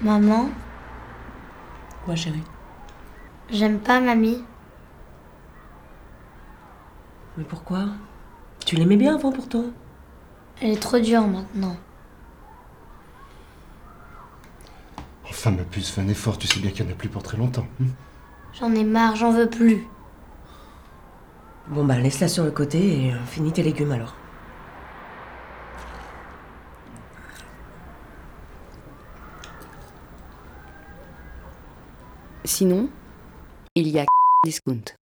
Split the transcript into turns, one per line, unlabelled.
Maman,
Quoi, chérie
j'aime pas mamie.
Mais pourquoi Tu l'aimais bien avant pourtant.
Elle est trop dure maintenant.
Enfin, ma puce, fais un effort, tu sais bien qu'il n'y en a plus pour très longtemps. hein
J'en ai marre, j'en veux plus.
Bon, bah, laisse-la sur le côté et euh, finis tes légumes alors.
Sinon, il y a discount.